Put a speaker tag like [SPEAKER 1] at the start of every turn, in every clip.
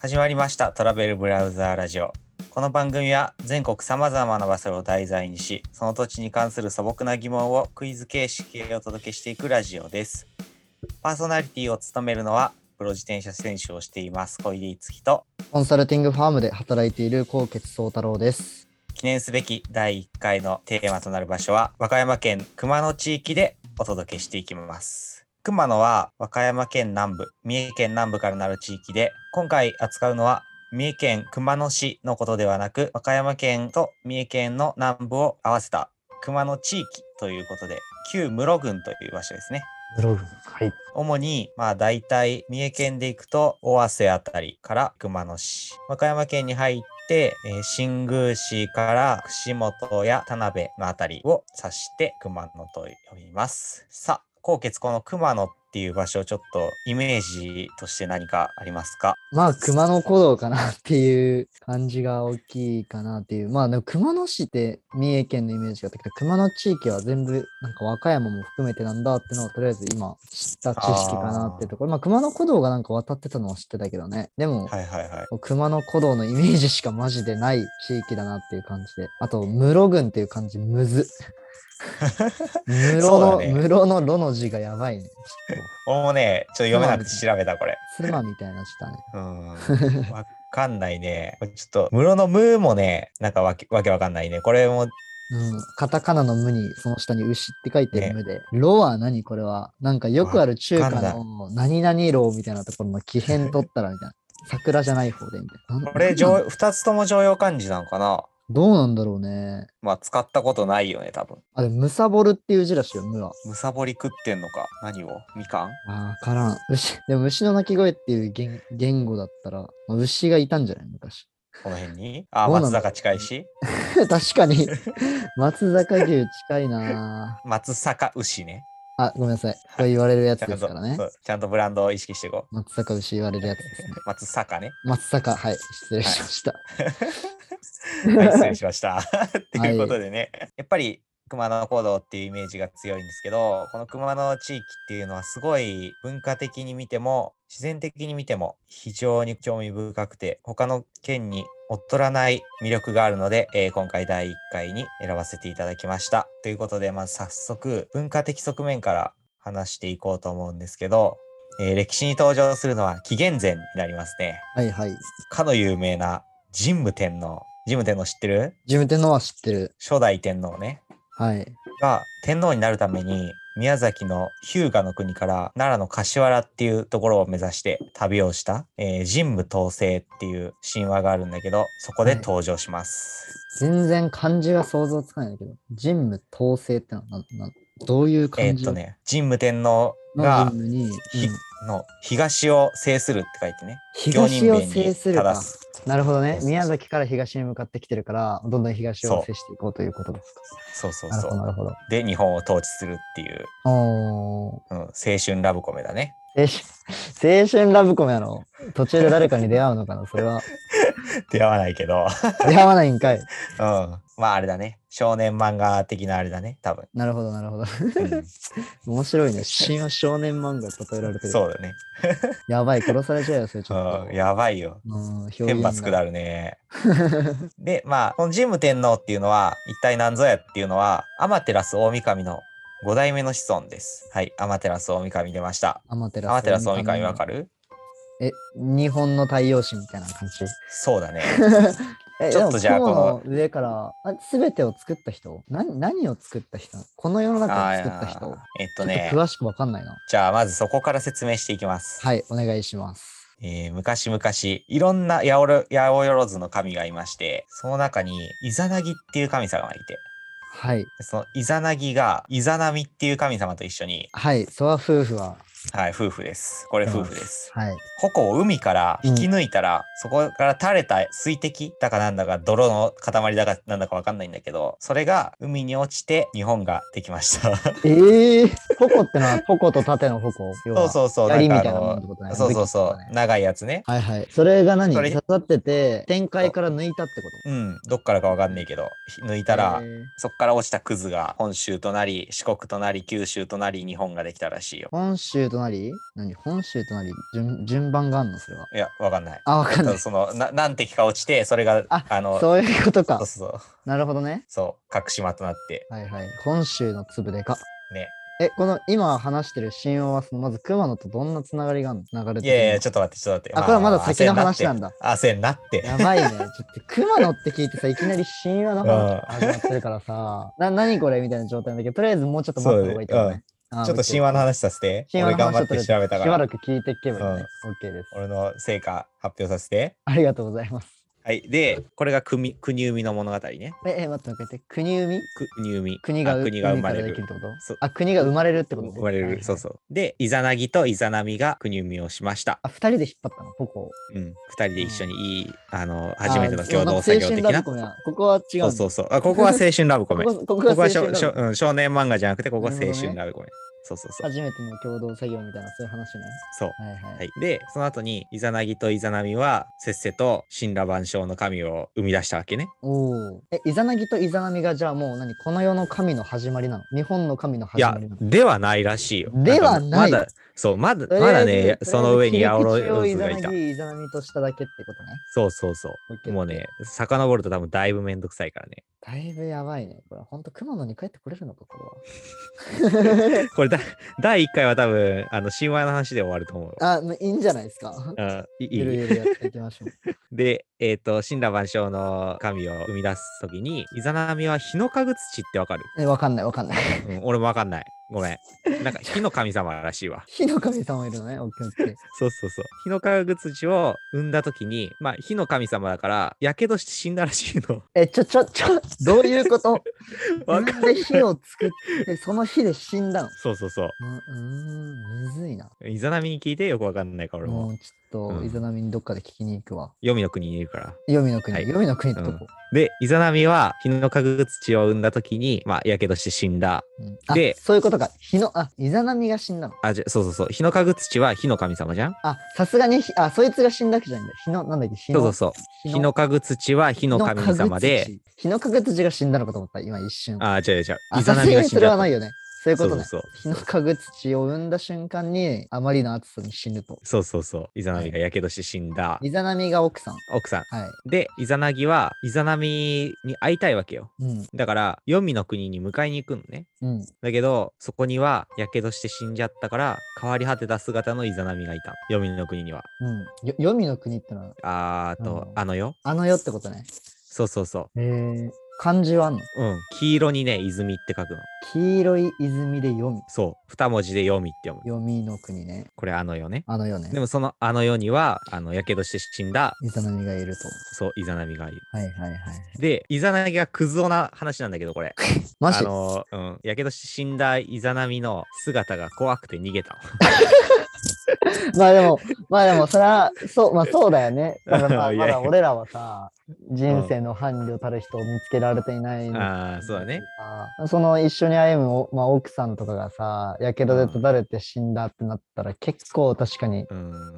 [SPEAKER 1] 始まりましたトラベルブラウザーラジオこの番組は全国さまざまな場所を題材にしその土地に関する素朴な疑問をクイズ形式でお届けしていくラジオですパーソナリティを務めるのはプロ自転車選手をしています小出樹と
[SPEAKER 2] コンサルティングファームで働いている高傑宗太郎です。
[SPEAKER 1] 記念すべき第1回のテーマとなる場所は和歌山県熊野地域でお届けしていきます。熊野は和歌山県南部、三重県南部からなる地域で、今回扱うのは三重県熊野市のことではなく、和歌山県と三重県の南部を合わせた熊野地域ということで、旧室郡という場所ですね。
[SPEAKER 2] ブログ。はい。
[SPEAKER 1] 主に、まあ大体、三重県で行くと、尾鷲あたりから熊野市、和歌山県に入って、えー新宮市から串本や田辺のあたりを指して熊野と呼びます。さあ、高傑、この熊野っていう場所、ちょっとイメージとして何かありますか
[SPEAKER 2] まあ、熊野古道かなっていう感じが大きいかなっていう。まあ、でも熊野市って三重県のイメージがあったけど、熊野地域は全部、なんか和歌山も含めてなんだってのは、とりあえず今知った知識かなっていうところ。まあ、熊野古道がなんか渡ってたのは知ってたけどね。でも、
[SPEAKER 1] はいはいはい。
[SPEAKER 2] 熊野古道のイメージしかマジでない地域だなっていう感じで。あと、室郡っていう感じ、むず。室
[SPEAKER 1] そうだ
[SPEAKER 2] の、
[SPEAKER 1] ね
[SPEAKER 2] 室のロの字がやばいね。ちょっと
[SPEAKER 1] 俺もね、ちょっと読めなくて調べた、これ。
[SPEAKER 2] 妻みたいな字だね。
[SPEAKER 1] うーんわかんないね。ちょっと、室のムーもね、なんかわけわけわかんないね。これも
[SPEAKER 2] うん。カタカナの無に、その下に牛って書いてる無で。ロは何これは。なんかよくある中華
[SPEAKER 1] わか
[SPEAKER 2] の何々ロみたいなところの奇変取ったら みたいな。桜じゃない方でみたいな。なん
[SPEAKER 1] これ、
[SPEAKER 2] な ん
[SPEAKER 1] 常二つとも常用漢字なのかな
[SPEAKER 2] どうなんだろうね。
[SPEAKER 1] まあ、使ったことないよね、多分。
[SPEAKER 2] あれ、むさぼるっていう字らしいよ、無は。
[SPEAKER 1] むさぼり食ってんのか何をみかん
[SPEAKER 2] ああ、わからん。牛、でも牛の鳴き声っていう言言語だったら、まあ牛がいたんじゃない昔。
[SPEAKER 1] この辺にあ、
[SPEAKER 2] そうなんだ
[SPEAKER 1] 松坂近いし
[SPEAKER 2] 確 かに、松坂牛近いな
[SPEAKER 1] 松坂牛ね。
[SPEAKER 2] ああ、ごめんなさい。これ言われるやつ
[SPEAKER 1] ちゃ
[SPEAKER 2] で
[SPEAKER 1] ん
[SPEAKER 2] す
[SPEAKER 1] と、
[SPEAKER 2] からね
[SPEAKER 1] そ。うちゃんとブランドを意識していこ
[SPEAKER 2] 松坂牛言われるやつですね。
[SPEAKER 1] う。松坂ね。
[SPEAKER 2] 松坂、はい、失礼しました。
[SPEAKER 1] はい、失礼しました。 っていうことでね、やっぱり熊野古道っていうイメージが強いんですけど、この熊野地域っていうのはすごい文化的に見ても、自然的に見ても非常に興味深くて、他の県に劣らない魅力があるので、えー今回第1回に選ばせていただきました。ということで、まず早速文化的側面から話していこうと思うんですけど、えー歴史に登場するのは紀元前になりますね。
[SPEAKER 2] はいはい。
[SPEAKER 1] かの有名な神武天皇。神武天皇知ってる
[SPEAKER 2] ジム天皇は知ってる。
[SPEAKER 1] 初代天皇ね。
[SPEAKER 2] はい。
[SPEAKER 1] が天皇になるために宮崎の日向の国から奈良の柏原っていうところを目指して旅をした、えー神武統制っていう神話があるんだけどそこで
[SPEAKER 2] はい
[SPEAKER 1] 登場します。
[SPEAKER 2] 全然漢字が想像つかないんだけど、神武統制ってのはなんなんどういう
[SPEAKER 1] え
[SPEAKER 2] 漢
[SPEAKER 1] ーっ
[SPEAKER 2] 字
[SPEAKER 1] とね神武天皇
[SPEAKER 2] の
[SPEAKER 1] が
[SPEAKER 2] 神武に、うん
[SPEAKER 1] ひの東を制するって書いてね
[SPEAKER 2] 東を
[SPEAKER 1] 行人弁
[SPEAKER 2] 制
[SPEAKER 1] に
[SPEAKER 2] するか
[SPEAKER 1] 正。す
[SPEAKER 2] なるほど
[SPEAKER 1] そう
[SPEAKER 2] ね
[SPEAKER 1] そう。そう
[SPEAKER 2] 宮崎から東に向かってきてるから、どんどん東
[SPEAKER 1] そ
[SPEAKER 2] を
[SPEAKER 1] う
[SPEAKER 2] 制していこうということです
[SPEAKER 1] そうそう
[SPEAKER 2] か。なる
[SPEAKER 1] そ
[SPEAKER 2] ほど、
[SPEAKER 1] う
[SPEAKER 2] なるほど。
[SPEAKER 1] で日本を統治するっていう、
[SPEAKER 2] おー。
[SPEAKER 1] うん、青春ラブコメだね
[SPEAKER 2] 青春青春ラブコメやろ途中で誰かに出会うのかなそれは。
[SPEAKER 1] 出会わないけど、 うん、
[SPEAKER 2] 出会わないんかい。
[SPEAKER 1] まああれだね少年漫画的なあれだね多分、
[SPEAKER 2] なるほど、なるほ
[SPEAKER 1] う
[SPEAKER 2] ど。
[SPEAKER 1] ん
[SPEAKER 2] 面白いね。神話少年漫画例えられてる。
[SPEAKER 1] そうだね。
[SPEAKER 2] やばい、殺されちゃうよ、それちょっ
[SPEAKER 1] う
[SPEAKER 2] と。
[SPEAKER 1] ん、やばいよ。
[SPEAKER 2] うん、表
[SPEAKER 1] 天罰下る ね。で、まあ、この神武天皇っていうのは、一体何ぞやっていうのは、天照大神の5代目の子孫です。はい、天照大神出ました。
[SPEAKER 2] アマテラ
[SPEAKER 1] 天
[SPEAKER 2] ス。
[SPEAKER 1] 照大神わかる
[SPEAKER 2] え、日本の太陽神みたいな感じ。
[SPEAKER 1] そうだね。
[SPEAKER 2] え、
[SPEAKER 1] ちょっと
[SPEAKER 2] でも
[SPEAKER 1] じゃあ
[SPEAKER 2] 雲
[SPEAKER 1] こ
[SPEAKER 2] の上から、あ、すべてを作った人何何を作った人この世の中を作った人
[SPEAKER 1] あーえっ
[SPEAKER 2] ちょ
[SPEAKER 1] と
[SPEAKER 2] っと
[SPEAKER 1] ね、
[SPEAKER 2] 詳しくわかんないな。
[SPEAKER 1] じゃあまずそこから説明していきます。
[SPEAKER 2] はい、お願いします。
[SPEAKER 1] えー昔々、いろんな八百万の神がいまして、その中に、イザナギっていう神様がいて、
[SPEAKER 2] はい、
[SPEAKER 1] そのイザナギが、イザナミっていう神様と一緒に、
[SPEAKER 2] はい、ソワ夫婦は、
[SPEAKER 1] はい、夫婦です。これ夫婦です。
[SPEAKER 2] はい。
[SPEAKER 1] 矛を海から引き抜いたら、そこから垂れた水滴だかなんだか泥の塊だかなんだかわかんないんだけど、それが海に落ちて日本ができました。
[SPEAKER 2] ええー、ココって のは、ココと縦のココ。
[SPEAKER 1] そうそうそう。
[SPEAKER 2] 槍み
[SPEAKER 1] な
[SPEAKER 2] た
[SPEAKER 1] ん
[SPEAKER 2] い
[SPEAKER 1] か
[SPEAKER 2] な
[SPEAKER 1] あ
[SPEAKER 2] もんっ
[SPEAKER 1] の
[SPEAKER 2] てことね。
[SPEAKER 1] そうそうそ
[SPEAKER 2] 武器とか
[SPEAKER 1] う。
[SPEAKER 2] ね
[SPEAKER 1] 長いやつね。
[SPEAKER 2] はいはい。それが何
[SPEAKER 1] それ
[SPEAKER 2] 刺さってて、展開から抜いたってこと
[SPEAKER 1] うん。どっからかわかんないけど、ひ抜いたら
[SPEAKER 2] え、ー
[SPEAKER 1] そこから落ちたクズが本州となり、四国となり、九州となり、日本ができたらしいよ。
[SPEAKER 2] 本州ととなり、何本州となり順、順番があんのそれは。
[SPEAKER 1] いや、わかんない。
[SPEAKER 2] あ、わか
[SPEAKER 1] た
[SPEAKER 2] んない
[SPEAKER 1] だ。そのな何滴か落ちて、それが、
[SPEAKER 2] あ
[SPEAKER 1] の、
[SPEAKER 2] そういうこと
[SPEAKER 1] そ
[SPEAKER 2] か
[SPEAKER 1] う。そう
[SPEAKER 2] なるほどね。
[SPEAKER 1] そう、隠し間となって、
[SPEAKER 2] はいはい。本州の粒でか。
[SPEAKER 1] ね。
[SPEAKER 2] え、この今話してる神話はその、まず熊野とどんなつながりがあるの流れて
[SPEAKER 1] いやいや、
[SPEAKER 2] ょっ
[SPEAKER 1] ちょっと待って、ちょっと待って。
[SPEAKER 2] あこれはまだ先の話
[SPEAKER 1] あ
[SPEAKER 2] なんだ。
[SPEAKER 1] 汗になって。
[SPEAKER 2] やばいね。ちょっと熊野って聞いてさ、いきなり神話の話始まってるからさ、な、何これみたいな状態なんだけど、とりあえずもうちょっと待った方がいいってことね。あー
[SPEAKER 1] ちょっと神話の話させて。
[SPEAKER 2] 神話
[SPEAKER 1] 俺頑
[SPEAKER 2] の話
[SPEAKER 1] 張
[SPEAKER 2] を
[SPEAKER 1] って
[SPEAKER 2] とりあえず
[SPEAKER 1] 調べたか
[SPEAKER 2] しば
[SPEAKER 1] ら。
[SPEAKER 2] らく聞いていけばいいね。OK です。
[SPEAKER 1] 俺の成果発表させて。
[SPEAKER 2] ありがとうございます。
[SPEAKER 1] はい。で、これが国国生みの物語ね。
[SPEAKER 2] え、え、待って待って。国生み
[SPEAKER 1] 国生み。
[SPEAKER 2] 国が
[SPEAKER 1] あ
[SPEAKER 2] う
[SPEAKER 1] 国が生
[SPEAKER 2] 海
[SPEAKER 1] ま
[SPEAKER 2] から
[SPEAKER 1] れ
[SPEAKER 2] で
[SPEAKER 1] る
[SPEAKER 2] きる。ってこと
[SPEAKER 1] そう
[SPEAKER 2] あ、国が生まれるってことね。
[SPEAKER 1] 生まれ
[SPEAKER 2] はいは
[SPEAKER 1] る。
[SPEAKER 2] い
[SPEAKER 1] そうそう。で、イザナギとイザナミが国生みをしました。
[SPEAKER 2] あ、二人で引っ張ったの、ここ。
[SPEAKER 1] うん。二人で一緒にいい、あの、
[SPEAKER 2] あー
[SPEAKER 1] 初めての共同
[SPEAKER 2] そ
[SPEAKER 1] 作業
[SPEAKER 2] うなんか青春
[SPEAKER 1] 的
[SPEAKER 2] ラブ
[SPEAKER 1] な。
[SPEAKER 2] コメここは違う
[SPEAKER 1] そう
[SPEAKER 2] んだ。
[SPEAKER 1] そうそう。あ、ここは青春ラブコメ。こ
[SPEAKER 2] ここここ
[SPEAKER 1] こ
[SPEAKER 2] が
[SPEAKER 1] は
[SPEAKER 2] 青
[SPEAKER 1] 少
[SPEAKER 2] 春ラ
[SPEAKER 1] 少
[SPEAKER 2] ブ
[SPEAKER 1] うん少年漫画じゃなくて、ここは
[SPEAKER 2] なる
[SPEAKER 1] 青
[SPEAKER 2] ほどね
[SPEAKER 1] 春ラブコメ。そうそうそう。
[SPEAKER 2] 初めての共同作業みたいな、そういう話ね。
[SPEAKER 1] そう。
[SPEAKER 2] はいはい。
[SPEAKER 1] はい、でその後にイザナギとイザナミはせっせと神羅万象の神を生み出したわけね。
[SPEAKER 2] おお。え、イザナギとイザナミがじゃあもう何この世の神の始まりなの日本の神の
[SPEAKER 1] い
[SPEAKER 2] 始
[SPEAKER 1] や
[SPEAKER 2] まりなの
[SPEAKER 1] ではないらしいよ。
[SPEAKER 2] ではない
[SPEAKER 1] んかまだそうまだ
[SPEAKER 2] とりあえず
[SPEAKER 1] まだね
[SPEAKER 2] とりあえず
[SPEAKER 1] その上に八百
[SPEAKER 2] 切り口をイ
[SPEAKER 1] 万
[SPEAKER 2] ザ
[SPEAKER 1] がい
[SPEAKER 2] ナ
[SPEAKER 1] た。
[SPEAKER 2] ギ、イザナミとしただけってことね
[SPEAKER 1] そうそうそ
[SPEAKER 2] オッケ
[SPEAKER 1] う。
[SPEAKER 2] ー。
[SPEAKER 1] もうね遡ると多分だいぶめんどくさいからね。
[SPEAKER 2] だいぶやばいね。これ、ほんと熊野に帰ってこれるのか、これは。
[SPEAKER 1] これだ 第1回は多分あの神話の話で終わると思うよ。
[SPEAKER 2] あ、いいんじゃないですか。
[SPEAKER 1] うん、いい
[SPEAKER 2] ゆるゆるやっていきましょう。
[SPEAKER 1] で、えっ、と、神羅万象の神を生み出すときに、イザナミは日の影土ってわかる、
[SPEAKER 2] え、わかんないわかんない。
[SPEAKER 1] うん、俺もわかんない。ごめん。なんか火の神様らしいわ。
[SPEAKER 2] 火の神様いるのね。オッケーオッケー。
[SPEAKER 1] そうそうそう。火の神土を産んだ時に、まあ火の神様だから、やけどして死んだらしい の。
[SPEAKER 2] え、ちょ、ちょ、ちょ、どういうこと
[SPEAKER 1] わか
[SPEAKER 2] なんで火を作って、その火で死んだの
[SPEAKER 1] そうそうそう
[SPEAKER 2] うーん、むずいな。
[SPEAKER 1] う。イザナミに聞いてよくわかんないから、俺
[SPEAKER 2] も
[SPEAKER 1] も。
[SPEAKER 2] うちょっ
[SPEAKER 1] う
[SPEAKER 2] と、
[SPEAKER 1] ん
[SPEAKER 2] イザナミにどっかで聞きに行くわ。
[SPEAKER 1] 黄泉の国にいるから。
[SPEAKER 2] 黄泉の国、
[SPEAKER 1] はい
[SPEAKER 2] 黄泉の国ってとこ。
[SPEAKER 1] で、イザナミは火の神土を産んだ時に、まあやけどして死んだ。
[SPEAKER 2] うんあ
[SPEAKER 1] で
[SPEAKER 2] そういうことか。火の、あ、イザナミが死んだの。
[SPEAKER 1] あ、じゃそうそうそう。火の神土は火の神様じゃん
[SPEAKER 2] あ、さすがに火、あ、そいつが死んだわけじゃないんだ。火の、なんだっけ、火
[SPEAKER 1] そ
[SPEAKER 2] の。
[SPEAKER 1] うそうそう。
[SPEAKER 2] 火
[SPEAKER 1] 火の神土は火の神様で、。
[SPEAKER 2] 火の影土が死んだのかと思った、今一瞬。
[SPEAKER 1] あ、違う違う。
[SPEAKER 2] あ、
[SPEAKER 1] イザ
[SPEAKER 2] さ
[SPEAKER 1] ナ
[SPEAKER 2] す
[SPEAKER 1] ミ
[SPEAKER 2] が
[SPEAKER 1] が
[SPEAKER 2] に
[SPEAKER 1] 死ん
[SPEAKER 2] それ
[SPEAKER 1] だ
[SPEAKER 2] は
[SPEAKER 1] と
[SPEAKER 2] ないよね。そういうことね。
[SPEAKER 1] そうそう
[SPEAKER 2] 火の影土を生んだ瞬間に、あまりの暑さに死ぬと。
[SPEAKER 1] そうそうそう。イザナミがやけどして死んだ
[SPEAKER 2] イザナミが奥さん。
[SPEAKER 1] 奥さん。
[SPEAKER 2] はい。
[SPEAKER 1] で、イザナギはイザナミに会いたいわけよ。
[SPEAKER 2] うん。
[SPEAKER 1] だから、黄泉の国に迎えに行くのね。
[SPEAKER 2] うん。
[SPEAKER 1] だけど、そこには、やけどして死んじゃったから、変わり果てた姿のイザナミがいたの。黄泉の国には。
[SPEAKER 2] うん。よ、黄泉の国ってのは、
[SPEAKER 1] あーと、
[SPEAKER 2] うん
[SPEAKER 1] あのよ。
[SPEAKER 2] あの世ってことね。
[SPEAKER 1] そうそうそ
[SPEAKER 2] えー、漢字はあんの
[SPEAKER 1] う。うん。黄色にね、泉って書くの。
[SPEAKER 2] 黄色い泉で読み。
[SPEAKER 1] そう。二文字で黄泉って読む。
[SPEAKER 2] 読みの国ね。
[SPEAKER 1] これ、あの世ね。
[SPEAKER 2] あの世ね
[SPEAKER 1] で。も、そのあの世には、あの、やけどして死んだ、
[SPEAKER 2] イザナミがいると。
[SPEAKER 1] そう、イザナミがいる。
[SPEAKER 2] はいはいはい。
[SPEAKER 1] で、イザナギがクズオな話なんだけど、これ。
[SPEAKER 2] マジ
[SPEAKER 1] あの、うん。やけどして死んだイザナミの姿が怖くて逃げたの。
[SPEAKER 2] まあでも、まあでも、それは、そう、まあそうだよ ね。だからまあ
[SPEAKER 1] いや
[SPEAKER 2] ま
[SPEAKER 1] いや
[SPEAKER 2] だ俺らはさ、人生の伴侶たる人を見つけられていないの
[SPEAKER 1] ああ、そうだね。
[SPEAKER 2] あその一緒に歩むお、まあ、奥さんとかがさ、やけどでただれて死んだってなったら、結構確かに、ち
[SPEAKER 1] う
[SPEAKER 2] う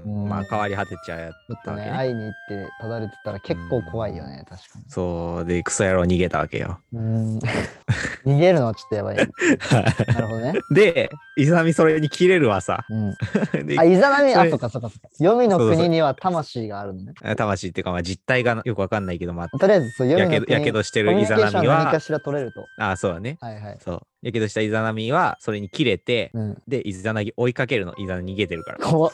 [SPEAKER 2] ん
[SPEAKER 1] ん。まあ、変わり果てちゃう。
[SPEAKER 2] ょっと
[SPEAKER 1] だ
[SPEAKER 2] ね、
[SPEAKER 1] ね
[SPEAKER 2] 会いに行ってただれてたら結構怖いよね、確かに。
[SPEAKER 1] そう、で、クソ野郎逃げたわけよ。
[SPEAKER 2] うーん。 逃げるのはちょっとやばい。なるほどね。
[SPEAKER 1] で、イザナミそれに切れるわ さ。
[SPEAKER 2] うん。
[SPEAKER 1] で
[SPEAKER 2] あ、イザナミ、
[SPEAKER 1] そ
[SPEAKER 2] あ、
[SPEAKER 1] れ
[SPEAKER 2] そっかそっかそっか。黄泉の
[SPEAKER 1] そうそうそう
[SPEAKER 2] 国には魂があるのね。
[SPEAKER 1] 魂っていうか、まあ、実態がよくわかんないけど、まあ、
[SPEAKER 2] とりあえず、そう、黄
[SPEAKER 1] や
[SPEAKER 2] 泉
[SPEAKER 1] けど
[SPEAKER 2] の国
[SPEAKER 1] やけどして
[SPEAKER 2] コミュ
[SPEAKER 1] るイ
[SPEAKER 2] ニケ
[SPEAKER 1] ザ
[SPEAKER 2] ーシ
[SPEAKER 1] ナ
[SPEAKER 2] ョン
[SPEAKER 1] ミ
[SPEAKER 2] は何か
[SPEAKER 1] は、
[SPEAKER 2] しら取れると。
[SPEAKER 1] あそうだね。
[SPEAKER 2] はいはい。
[SPEAKER 1] そう。やけどしたイザナミは、それに切れて、
[SPEAKER 2] うん。
[SPEAKER 1] で、イザナギ追いかけるの。イザナギ逃げてるから。
[SPEAKER 2] 怖っ。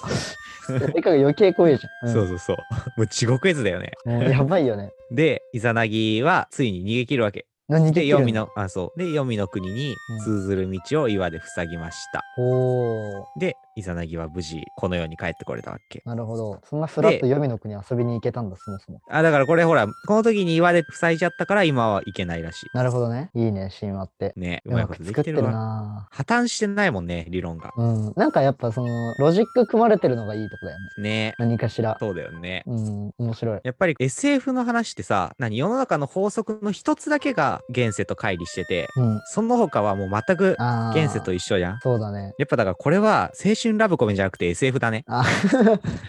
[SPEAKER 2] てか余計怖いじゃん。
[SPEAKER 1] そう
[SPEAKER 2] そ
[SPEAKER 1] そうそう。もう地獄絵図だよね。
[SPEAKER 2] うん。もうやばいよね。
[SPEAKER 1] で、イザナギはついに逃げ切るわけ。
[SPEAKER 2] 何
[SPEAKER 1] で、
[SPEAKER 2] で
[SPEAKER 1] 黄泉の、あ、そう。で、黄泉の国に
[SPEAKER 2] うん
[SPEAKER 1] 通ずる道を岩で塞ぎました。
[SPEAKER 2] おお。
[SPEAKER 1] で、イザナギは無事、この世に帰ってこれたわけ。
[SPEAKER 2] なるほど。そんなフラッと黄泉の国遊びに行けたんだ、そもそも。
[SPEAKER 1] あ、だからこれほら、この時に岩で塞いじゃったから今はいけないらし
[SPEAKER 2] なるほどね。いいね、神話って。
[SPEAKER 1] い。ね、う
[SPEAKER 2] う
[SPEAKER 1] まい
[SPEAKER 2] ま
[SPEAKER 1] こと
[SPEAKER 2] く
[SPEAKER 1] で
[SPEAKER 2] 作
[SPEAKER 1] き
[SPEAKER 2] って
[SPEAKER 1] て
[SPEAKER 2] る
[SPEAKER 1] るわ。
[SPEAKER 2] な
[SPEAKER 1] 破綻してないもんね、理論が。
[SPEAKER 2] うん。なんかやっぱその、ロジック組まれてるのがいいとこだよね。
[SPEAKER 1] ね、
[SPEAKER 2] 何かしら。
[SPEAKER 1] そうだよね。
[SPEAKER 2] うん、面白い。
[SPEAKER 1] やっぱり SF の話ってさ、何世の中の法則の一つだけが現世と乖離してて、
[SPEAKER 2] うん。
[SPEAKER 1] その他はもう全く
[SPEAKER 2] ああ。
[SPEAKER 1] 現世と一緒じゃん。
[SPEAKER 2] そうだね。
[SPEAKER 1] やっぱだからこれは青春春ラブコメじゃなくて SF だね。
[SPEAKER 2] あ、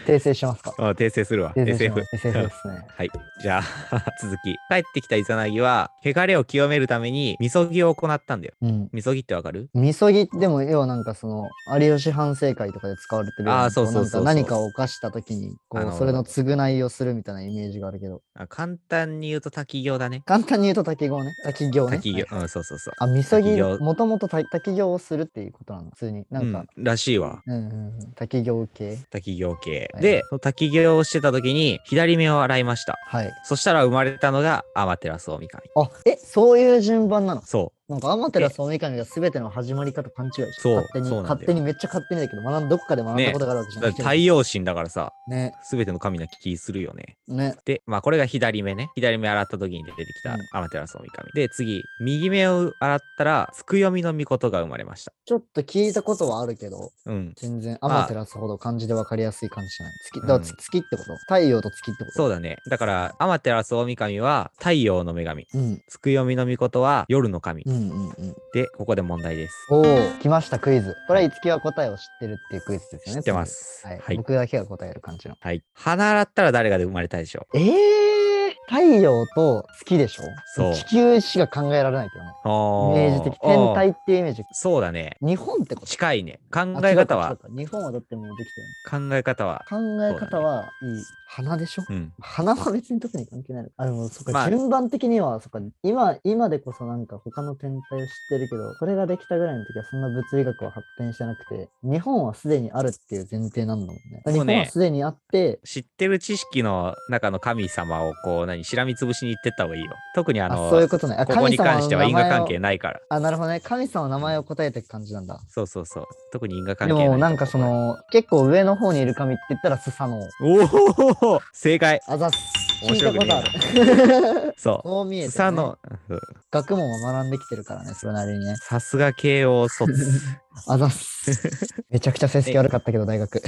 [SPEAKER 2] 訂正しますか。
[SPEAKER 1] うん訂正するわ。
[SPEAKER 2] 訂正しま
[SPEAKER 1] SF
[SPEAKER 2] す。。SF ですね。
[SPEAKER 1] はい。じゃあ、 続き。帰ってきたイザナギは、汚れを清めるために、みそぎを行ったんだよ。
[SPEAKER 2] うん。
[SPEAKER 1] みそぎってわかる
[SPEAKER 2] みそぎでも要はなんかその有吉反省会とかで使われてるよな
[SPEAKER 1] あーそうそうそうそう
[SPEAKER 2] こなんか何かを犯した時にこ
[SPEAKER 1] あ
[SPEAKER 2] う
[SPEAKER 1] の
[SPEAKER 2] それの償いをするみたいなイメージがあるけど
[SPEAKER 1] あ簡単に言うと滝行だね。
[SPEAKER 2] 簡単に言うと滝行ね滝行ね
[SPEAKER 1] 滝
[SPEAKER 2] はい
[SPEAKER 1] 行。うん、そうそうそう。
[SPEAKER 2] あみそぎ
[SPEAKER 1] 滝行
[SPEAKER 2] もともと滝滝行をするっていうことなの普通になんか、
[SPEAKER 1] うん、らしいわ。
[SPEAKER 2] うん、うんうん滝行系
[SPEAKER 1] 滝行系。
[SPEAKER 2] はい
[SPEAKER 1] で、その滝行をしてた時に、左目を洗いました。
[SPEAKER 2] はい
[SPEAKER 1] そしたら生まれたのが、アマテラスオオミカミ。
[SPEAKER 2] あえそういう順番なの
[SPEAKER 1] そ
[SPEAKER 2] なんかアマテラスオミカミが全ての始まり方勘違いして
[SPEAKER 1] そう
[SPEAKER 2] 勝手に
[SPEAKER 1] そうなんだよ
[SPEAKER 2] 勝手にめっちゃ勝手にだけど学んどこかで学んだことがあるわけじ
[SPEAKER 1] う。
[SPEAKER 2] ゃ
[SPEAKER 1] だっ
[SPEAKER 2] ない
[SPEAKER 1] て太陽神だからさ、
[SPEAKER 2] ね
[SPEAKER 1] すべての神な気するよね。
[SPEAKER 2] ね
[SPEAKER 1] で、まあこれが左目ね。左目洗った時に出てきた
[SPEAKER 2] うん
[SPEAKER 1] アマテラスオオミカミ。で、次、右目を洗ったら、つくよみの御事が生まれました。
[SPEAKER 2] ちょっと聞いたことはあるけど
[SPEAKER 1] うん。
[SPEAKER 2] 全然ア
[SPEAKER 1] まあ
[SPEAKER 2] マテラスほど漢字で分かりやすい感じじゃない。月、
[SPEAKER 1] うん
[SPEAKER 2] だからつ月ってこと太陽と月ってこと
[SPEAKER 1] そうだね。だから、アマテラスオオミカミは太陽の女神。
[SPEAKER 2] うん。
[SPEAKER 1] つくよみの御事は夜の神
[SPEAKER 2] う。んうんうん。
[SPEAKER 1] で、ここで問題です。
[SPEAKER 2] おお、来ましたクイズ。これは月は答えを知ってるっていうクイズですよ
[SPEAKER 1] 知
[SPEAKER 2] ね。
[SPEAKER 1] ってま。す。
[SPEAKER 2] はい。
[SPEAKER 1] はい。
[SPEAKER 2] 僕だけが答える感じの。
[SPEAKER 1] はい。鼻洗ったら誰がで生まれたでしょ
[SPEAKER 2] えー、太陽と月でしょ
[SPEAKER 1] そう
[SPEAKER 2] 地球しか考えられないけどね。
[SPEAKER 1] うあ
[SPEAKER 2] イ
[SPEAKER 1] ー
[SPEAKER 2] メージ的。天体っていうイメージ。
[SPEAKER 1] そうだね。
[SPEAKER 2] 日本ってこと
[SPEAKER 1] 近いね。考
[SPEAKER 2] あ
[SPEAKER 1] え方。
[SPEAKER 2] 違う
[SPEAKER 1] は、
[SPEAKER 2] か違うか日本はだってもうできてる。
[SPEAKER 1] 考え方は。
[SPEAKER 2] 考え方はいい。花でしょ
[SPEAKER 1] うん。
[SPEAKER 2] 花は別に特に関係ないの。あ、でも、そっか、
[SPEAKER 1] まあ
[SPEAKER 2] 順番的には、そっか、今、今でこそなんか他の天体を知ってるけど、これができたぐらいの時はそんな物理学は発展してなくて、日本はすでにあるっていう前提なんだもんね。
[SPEAKER 1] そうね
[SPEAKER 2] 日本はすでにあって、
[SPEAKER 1] 知ってる知識の中の神様をこう何しらみつぶしに言ってった方がいいよ。特にあ
[SPEAKER 2] あ
[SPEAKER 1] の
[SPEAKER 2] そういうことね。あ
[SPEAKER 1] ここに関しては因果関係
[SPEAKER 2] を
[SPEAKER 1] ないから。
[SPEAKER 2] あ、なるほどね。神様の名前を答えていく感じなんだ。
[SPEAKER 1] そうそうそう。特に因果関
[SPEAKER 2] で
[SPEAKER 1] 係ないとこ。
[SPEAKER 2] も、なんかその、結構上の方にいる神って言ったらスサノオ。
[SPEAKER 1] おお正解
[SPEAKER 2] あざっす。聞
[SPEAKER 1] 面
[SPEAKER 2] い
[SPEAKER 1] 白
[SPEAKER 2] たこ
[SPEAKER 1] くねえ
[SPEAKER 2] と
[SPEAKER 1] な
[SPEAKER 2] ある。
[SPEAKER 1] そ
[SPEAKER 2] こう見え
[SPEAKER 1] う。
[SPEAKER 2] て、ね。
[SPEAKER 1] 草のうん
[SPEAKER 2] 学問は学んできてるからね、それなりにね。
[SPEAKER 1] さすが慶応 卒、
[SPEAKER 2] あざっす。 めちゃくちゃ成績悪かったけど、大学。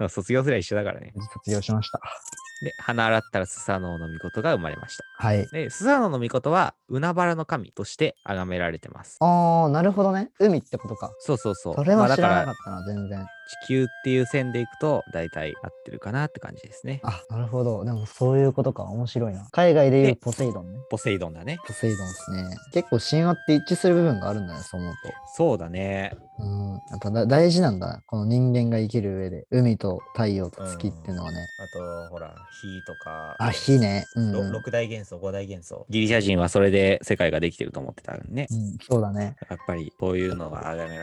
[SPEAKER 1] うん卒業すら一緒だからね。
[SPEAKER 2] 卒業しました。
[SPEAKER 1] で、鼻洗ったらスサノオの御事が生まれました。
[SPEAKER 2] はい。
[SPEAKER 1] で、スサノオの御事は海原の神として崇められてます。
[SPEAKER 2] ああ、なるほどね。海ってことか。
[SPEAKER 1] そうそうそう。
[SPEAKER 2] それは知
[SPEAKER 1] まあ
[SPEAKER 2] らな
[SPEAKER 1] だか
[SPEAKER 2] からったな、全然。
[SPEAKER 1] 地球っていう線でいくと大体合ってるかなって感じですね。
[SPEAKER 2] あ、なるほど。でもそういうことか。面白いな。海外で言う
[SPEAKER 1] で
[SPEAKER 2] ポセイドンね。
[SPEAKER 1] ポセイドンだね。
[SPEAKER 2] ポセイドンですね。結構神話って一致する部分があるんだね、そう思うと。
[SPEAKER 1] そうだね。
[SPEAKER 2] うん。やっぱだ大事なんだ。この人間が生きる上で。海と太陽と月っていうのはね。
[SPEAKER 1] あと、ほら、火とか
[SPEAKER 2] あ、火ね。うん、うん。うん、
[SPEAKER 1] 6大元素、5大元素。ギリシャ人はそれで世界ができてると思ってたんね。
[SPEAKER 2] そうだね。
[SPEAKER 1] やっぱりそういうのが崇められるん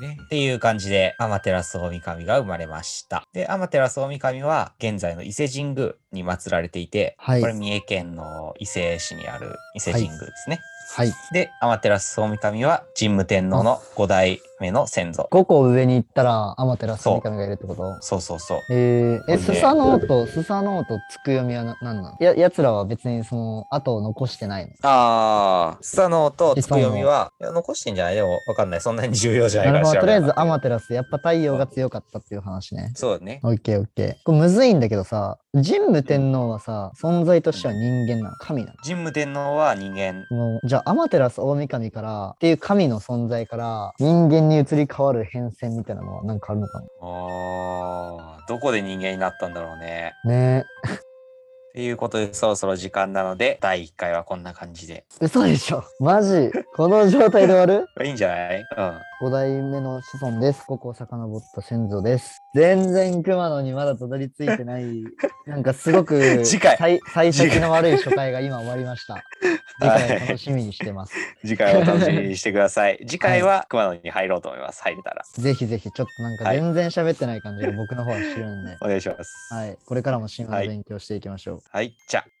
[SPEAKER 1] だよね。っていう感じで、アマテラスオオミカミが生まれました。で、アマテラスオオミカミは現在の伊勢神宮に祀られていて、
[SPEAKER 2] はい
[SPEAKER 1] これ三重県の伊勢市にある伊勢神宮ですね。
[SPEAKER 2] はい。
[SPEAKER 1] で、アマテラスオオミカミは神武天皇の5代目の先祖。
[SPEAKER 2] 5個上に行ったら、アマテラス神がいるってこと
[SPEAKER 1] そうそうそう。
[SPEAKER 2] えー、え、
[SPEAKER 1] なんで
[SPEAKER 2] スサノオと、スサノオとつくよみはな何なのや、奴らは別にその、後を残してないの。
[SPEAKER 1] ああ、スサノオと
[SPEAKER 2] で
[SPEAKER 1] ツクヨミは、いや残してんじゃないでも、わかんない。そんなに重要じゃな
[SPEAKER 2] ない
[SPEAKER 1] か
[SPEAKER 2] る
[SPEAKER 1] ら
[SPEAKER 2] ほど。とりあえず、ア
[SPEAKER 1] あま
[SPEAKER 2] マテラス、やっぱ太陽が強かったっていう話ね。
[SPEAKER 1] そうだね。
[SPEAKER 2] オッケーオッケー。これむずいんだけどさ、神武天皇はさ、存在としては人間なの神な
[SPEAKER 1] 神武天皇は人間。
[SPEAKER 2] のもうじゃあ、アマテラス大神から、っていう神の存在から、人間に移り変わる変遷みたいなのはなんかあるのか
[SPEAKER 1] ああ、どこで人間になったんだろうね。
[SPEAKER 2] な ね
[SPEAKER 1] ということで、そろそろ時間なので、第1回はこんな感じで。
[SPEAKER 2] え。嘘でしょマジこの状態で終わる
[SPEAKER 1] いいんじゃないうん。
[SPEAKER 2] 5代目の子孫です。ここを遡った先祖です。全然熊野にまだたどり着いてない、 なんかすごく
[SPEAKER 1] 次回
[SPEAKER 2] 最最先の悪い初回が今終わりました。次
[SPEAKER 1] はい
[SPEAKER 2] 回楽しみにしてます。
[SPEAKER 1] 次回をお楽しみにしてくださ い。次回は熊野に入ろうと思います。入れたら。
[SPEAKER 2] ぜひぜひ、ちょっとなんか
[SPEAKER 1] はい
[SPEAKER 2] 全然喋ってない感じが僕の方はしてるんで、
[SPEAKER 1] お願いします。
[SPEAKER 2] はい、これからも神話の勉強していきましょう。
[SPEAKER 1] はい、じゃあ。